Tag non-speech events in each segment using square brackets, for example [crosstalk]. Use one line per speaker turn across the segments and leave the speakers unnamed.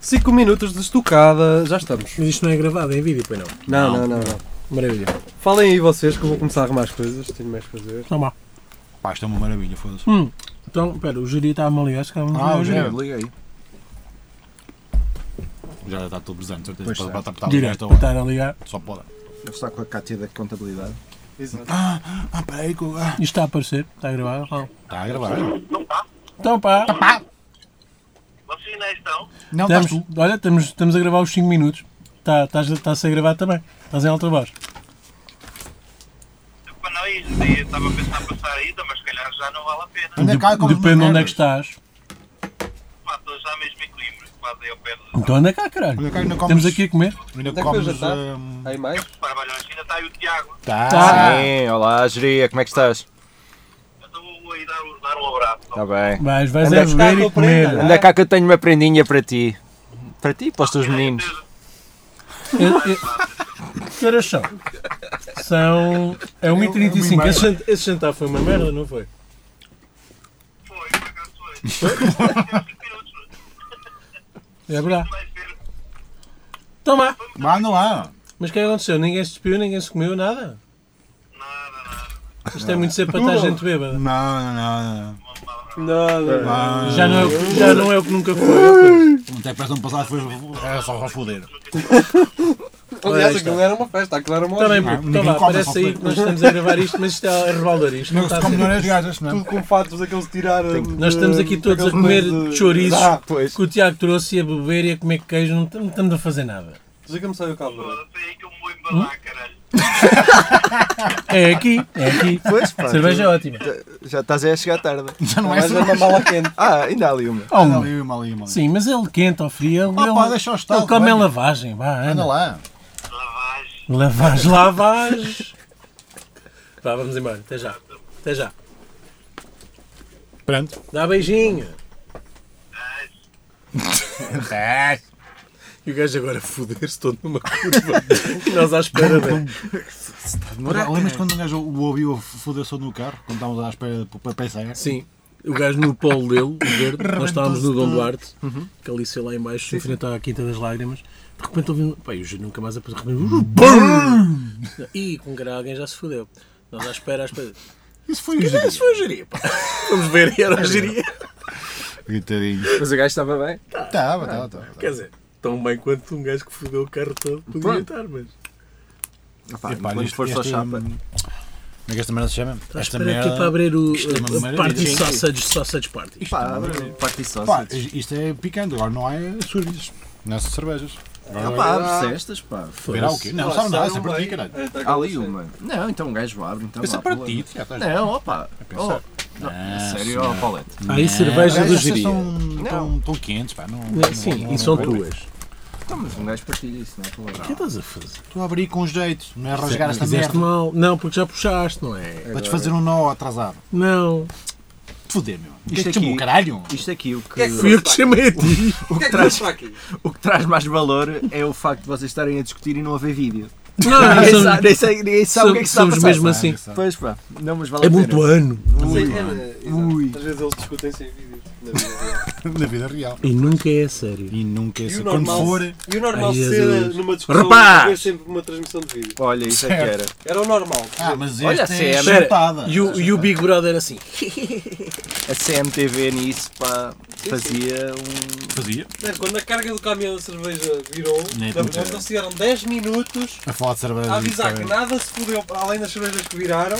5 minutos de estocada, já estamos.
Mas isto não é gravado, é em vídeo, pois não.
Não, não, não, não.
Maravilha.
Falem aí vocês que eu vou começar a arrumar as coisas, tenho mais que fazer.
Então vá.
Pá, isto é uma maravilha, foda-se.
Hum. Então, pera, o Jiri está a me ligar, se calhar vamos
Ah,
ligar
o
ao
Jared,
Jiri.
liga aí. O Jared está todo presente, certeza.
Pois
Para para-
está.
para- para-
Direto,
esta
para
hora.
estar a ligar.
Só pode.
Ele está com a Cátia da contabilidade.
Ah, peraí, que. eu- ah.
Isto está a aparecer, está a gravar. Ah.
Está Tá a gravar.
Então pá,
Vocês ainda estão?
Não, estás
estamos,
tu.
olha, estamos, estamos a gravar os 5 minutos. Está, estás, está-se a gravar também. Estás em alta voz.
Para não ir, eu estava a pensar em passar ainda, mas se calhar já não vale a pena.
Onde é que há
Dep-
como
Depende de onde é que
merdas?
estás.
Pá, estou já mesmo em Coimbra, quase aí ao pé de...
Então anda cá, caralho.
Olha, cá ainda comes.
Estamos aqui a comer.
Onde
Ainda
é que foi o
comes.
jantar?
hum,
Aí mais?
Trabalho na China, está aí o Tiago.
Tá.
Ah. Sim, olá, Geria, como é que estás?
Eu vou aí dar, dar um abraço.
Está bem.
Vais, vais
Anda
a
cá,
beber
estou
e comer.
prenda.
Anda cá que eu tenho uma prendinha para ti. Para ti e para os teus meninos.
É- é- Que horas são? São. É 1h35. Esse, jant- esse jantar foi uma merda, não foi?
Foi, por acaso
[laughs]
foi. Tem cinco minutos,
É verdade.
vai ver.
Então vá.
Mas não há.
Mas o que é que aconteceu? Ninguém se despiu, ninguém se comeu, nada?
Nada, nada.
Isto é muito cedo para estar gente bêbada.
Não, não, não. não.
Não, não, não.
Ah,
Já não, é, o que- já não é o que nunca foi.
Até parece ano passado foi. Era é só para foder.
Aliás, aquilo era uma festa, aquilo era uma
Também,
orgia.
Ah,
puto,
ninguém
então vá,
come,
parece
só
aí
foi.
que nós estamos a gravar isto, mas isto é a rebalda isto. Não
Não é.
está a
se come
dizer.
melhor as gajas, não?
Tudo com fatos daqueles tiraram.
Nós estamos aqui todos a comer chouriços que o Tiago trouxe e a beber e a comer queijo, não estamos- não estamos a fazer nada.
Diga-me só o caldo.
Foi aí que eu me vou embalar, caralho.
É aqui, é aqui.
Pois, pá.
Cerveja é ótima.
Já estás aí a chegar tarde. [laughs]
Já não é
Mas é
isso.
uma mala quente.
Ah, ainda há ali uma.
Oh,
Anda
meu.
ali, uma ali, uma ali.
sim, mas ele quente ou frio, ele,
pá, deixa-o estar,
ele come em
velho.
lavagem, vá,
Anda
Ana.
lá.
Lavagem.
Lavagem, lavagem. Vá, vamos embora, até já. Até já.
Pronto.
Dá beijinho. [laughs] E o gajo agora a foder-se todo numa curva. [laughs] e nós à espera né? dele.
Lembras quando um gajo o ouviu a foder-se todo no carro? Quando estávamos à espera para- para pensar?
Sim, o gajo no polo dele, o verde, nós estávamos no Dom Duarte, que ali sei lá em baixo, em frente à Quinta das Lágrimas, de repente ouvi um. Pá, eu juro, nunca mais apareceu. De repente. uh, BUM! Ih, com cara alguém já se fodeu. Nós à espera, à espera.
Isso foi isso.
[laughs] Isso foi a geria, pá. Vamos ver, e era a geria.
Gritadinho.
Mas o gajo estava bem.
Estava, estava, estava.
Quer dizer, tão bem quanto um gajo que fodeu o carro todo podia estar, mas.
Epá,
Epá,
quando
isto-
for só
este-
chapa.
Como é que esta merda se chama?
Tá À espera aqui para abrir o,
isto é uma
a, a
maravilha.
parte de sausage, sausage party.
Pá, abre é parte só.
Pá, isto é picante, agora não há serviços. Não há cervejas.
Ah, pá, abre cestas, pá.
Verá o quê? Não, sabe nada, isso é para ti, caralho.
Há ali uma. Não, então um gajo abre. Então
Isso
não
é
há
para ti,
problema.
já estás.
Não, opa.
pensar.
Oh, não,
Ah,
sério, ó, Paulette.
é.
Aí cerveja do
Estas
geria.
são tão, tão quentes, pá. Não, não-
Sim,
não-
e são
não-
tuas.
Então, mas um gajo partilha isso, não é
O
problema.
que estás a fazer?
Estou a abrir com jeito, não é rasgar esta
Fizeste
merda.
mal? Não, porque já puxaste, não é?
Para desfazer um nó atrasado.
Não.
Foder, meu.
Isto
Isto é chamou,
aqui-
caralho.
Isto aqui, o É que,
Fui eu que chamei a ti.
O que é que traz para aqui?
o que traz mais valor é o facto de vocês estarem a discutir e não haver vídeo.
Não,
Ninguém
somos-
sabe- nem sei- ninguém sabe o que
somos-
é que está a
somos
passar.
mesmo assim.
Pois pá, não, mas vale
É
a pena.
mutuano.
Ui.
é, Às vezes eles discutem sem vídeo. na vida real.
Na vida real.
E nunca é sério.
E nunca é
E
assim.
o
Quando
normal,
for.
e o normal
Ai,
ser
Jesus.
numa discussão
Rapaz!
haver sempre uma transmissão de vídeo.
Olha, isso é que era.
Era o normal.
Ah, mas
Olha,
esta é
sério.
chutada.
E o, e o Big Brother assim.
A CMTV nisso, pá, fazia um.
Fazia.
Mano, Quando a carga do caminhão da cerveja virou,
Nem
da- eles
tudo era.
conseguiram 10 minutos
A falar de cerveja.
a avisar que nada se fodeu para além das cervejas que viraram.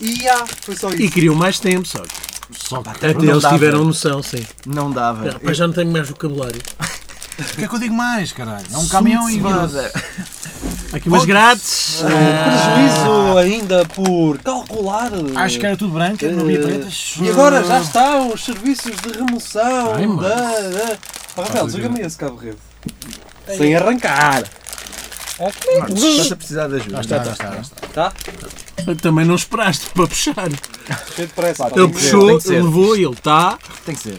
E ah, foi só
E
isso.
queriam mais tempo, só que
Só que.
até
não
eles
dava.
tiveram noção, sim.
Não dava.
Rapaz, já não tenho mais vocabulário.
O que é que eu digo mais, caralho? É um caminhão e.
Cevada.
Há Aqui umas grátis.
Prejuízo ainda por calcular.
Acho que é era tudo branco, não havia pretas.
E agora já estão os serviços de remoção.
Ai, mano.
da, da... Ah, Rafael, joga-me esse cabo rede. Sem arrancar.
Estás a precisar de ajuda.
Está, está, está.
Tá?
Também não esperaste para puxar.
Cheio de pressa. pá,
Ele
tem que ser.
puxou,
tem que ser.
ele levou e ele tá está.
Tem que ser.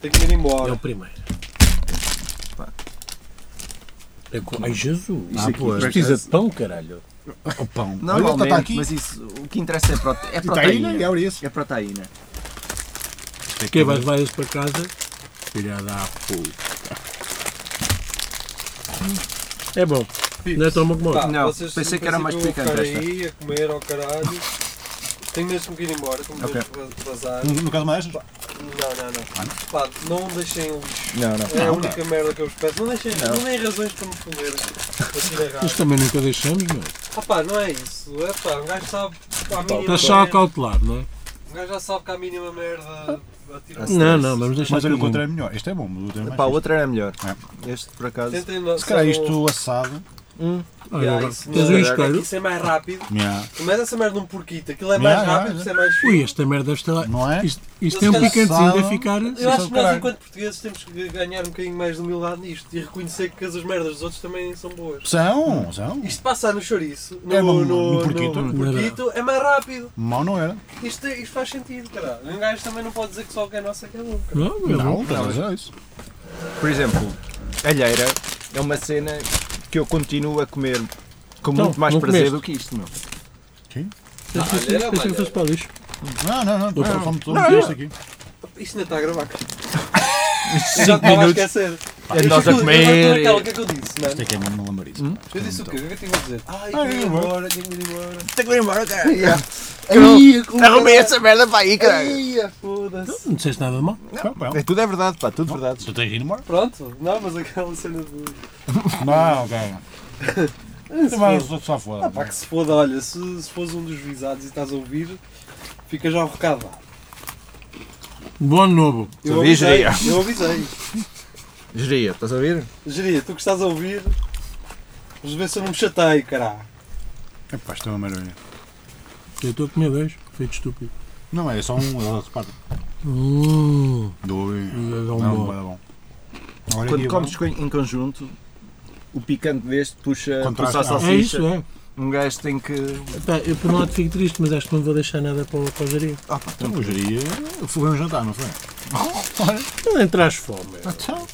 Tem que ir
É
embora.
o primeiro. É co- Ai Jesus!
Isto aqui,
pô,
por
precisa
acaso-
de pão, caralho.
O pão.
Normalmente,
está tá aqui.
é mas isso, o que interessa é, prote...
tá
é
Proteína,
né?
proteína.
abre isso.
É proteína.
Que vais, vais para casa. Filha da puta. É bom. Não é tão bom como
Pá,
outro.
Não,
vocês,
pensei
no
que era mais
princípio, vão
picante
ficar aí a comer ao caralho. Tenho mesmo que ir embora, tenho
Ok.
mesmo que vazar.
Hum.
No, no caso mais estas?
Não, não, não. Pá, não deixem lixo.
Não, não.
É a
Não,
única merda que eu vos peço. Não deixem, não, deem razões para me comer assim na
Mas
rádio.
também nunca deixamos, meu.
Ah pá, não é isso. É pá, um gajo sabe. pá, a mínima
Estás só a
merda-
cautelar, não é?
um gajo já sabe que há a mínima merda. atira-
Não, não, vamos deixar.
Ah, Mas olha, o
tudo.
contrário é melhor. Este é bom, mas o outro é mais
Pá, o
fixe.
outro era melhor.
É.
Este, por acaso.
Tentem lá-
Se calhar
só-
isto assado.
Olha,
Yeah,
agora,
isso
Tens
não-
um
aqui
isqueiro.
Isso é mais rápido.
Yeah.
Mas essa merda de um porquito, aquilo é
Yeah,
mais
yeah,
rápido,
yeah.
isso é mais fixe.
Ui, esta merda está lá.
Não é?
Isto, isto
Mas
tem um
se calhar
picantezinho
sal-
a ficar.
Eu acho que nós,
é caralho.
enquanto portugueses, temos que ganhar um bocadinho mais de humildade nisto e reconhecer que as merdas dos outros também são boas.
São, são.
Isto passar no chouriço, no,
É, no-
no,
no
no-
porquito.
no porquito, é mais rápido.
Mal Então, não era.
Isto, isto faz sentido, caralho. Um gajo também não pode dizer que só o que é nosso é que é bom. caralho.
Não, é
Não,
bom.
estás a dizer isso.
Por exemplo, alheira é uma cena que eu continuo a comer com
Então,
muito mais
não
prazer
comeste?
do que isto, meu.
Deixa que
Olha,
deixa que fosse para o lixo.
Não, não, não.
Opa.
Não, fomos todos isto aqui.
Isto ainda está a gravar. Eu já estava a esquecer.
É nós a
Eu- eu-
comer
eu-
e-
eu- O que é que eu disse,
Isto
mano?
é que é mesmo lambarice.
Eu disse o quê? O que é que eu estive a dizer? Ai,
Ah,
tenho que ir
eu vou.
embora, tenho que ir embora.
Tem que ir embora, cara. [laughs]
Ai, como-
Arrumei essa merda para aí, cara.
Ai, foda-se.
Não disseste nada de mal.
Não, bom.
É, tudo é verdade, pá, tudo verdade.
Tu tens ido embora?
Pronto, não, mas aquela cena de.
Não, [laughs] cara. Tu vais os outros só
Ah,
fora.
pá, que se foda, olha, se, se fores um dos visados e estás a ouvir, fica já o recado lá.
Bom novo.
Eu
Tu
avisei,
vês,
eu avisei.
Geria, estás a ouvir?
Geria, tu que estás a ouvir, vamos ver se eu não me chateio, caralho.
Epá, isto é uma maravilha.
Eu estou a comer dois. Feito estúpido.
Não, é só um, ela reparte.
Hum,
Dois.
é um
Não,
bom.
não é bom. Olha
Quando
aqui,
comes co- em conjunto, o picante deste puxa,
Contraste,
puxa a
não.
É
salsicha.
isso, é.
Um gajo tem que.
Pá, eu por um lado fico triste, mas acho que não vou deixar nada para o cojaria.
Ah, pá,
Então, hoje aí, foi um jantar, [laughs] não foi?
Ele nem traz fome.
Então,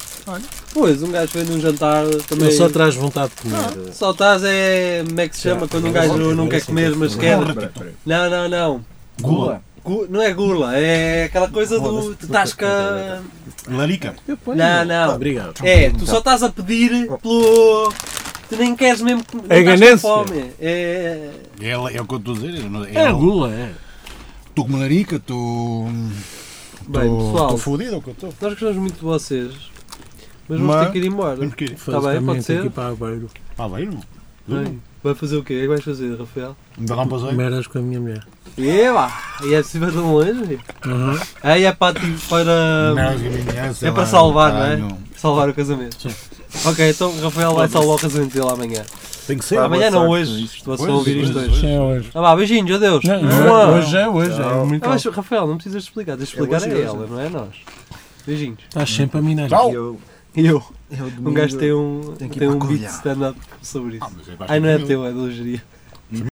Pois, um gajo vem num jantar também.
Ele só traz vontade de comer.
Só estás é. Como é que se chama quando um gajo não quer comer, mas
é
quer. Não, não, não.
Gula.
Gu- Não é gula, é aquela coisa do. Tu estás com. a-
Larica.
Não, não.
Obrigado.
É, tu só estás a pedir pelo. Tu nem queres mesmo comer. não
É
estás com
ganância.
fome. É.
É, é o que eu estou a dizer. eu não- É,
É a
o-
gula, é.
Estou com uma larica, estou.
Bem, pessoal.
Estou fodido, é o que eu estou.
Nós gostamos muito de vocês, mas vamos
Mas-
ter que ir embora.
Temos que ir.
Foda-se,
Tá bem,
também
pode
tenho
ser. Tá
que ir para Aveiro.
Ah, vai, não.
Bem, vai fazer o quê? O que é que vais fazer, Rafael?
Me dá lá um passeio.
Merdas com a minha mulher.
Eba! E é possível tão longe?
Aham.
Aí é para, ti- para
Merda, galinha, sei
é para
lá,
salvar, não é?
caralho.
salvar o casamento.
Sim.
Ok, então o Rafael vai salvar o casamento dele amanhã.
Tem que ser.
Tá,
amanhã não, é.
sorte
hoje.
com
Estou a só
Hoje,
a ouvir isto
hoje,
hoje.
É hoje.
Ah, vá, beijinhos, adeus.
Não,
Uau.
hoje é hoje, é muito
Ah, mas,
alto.
Rafael, não precisas explicar, tens de explicar
hoje,
a
hoje,
ela, não é a nós. Beijinhos.
Estás sempre a minar.
Tchau.
E eu,
E eu?
eu
Um gajo tem um,
Tem que ir
tem
para
um beat
Covilhã.
stand-up sobre isso.
Ah, mas é para
Ai, não é
família.
teu, é da logeria.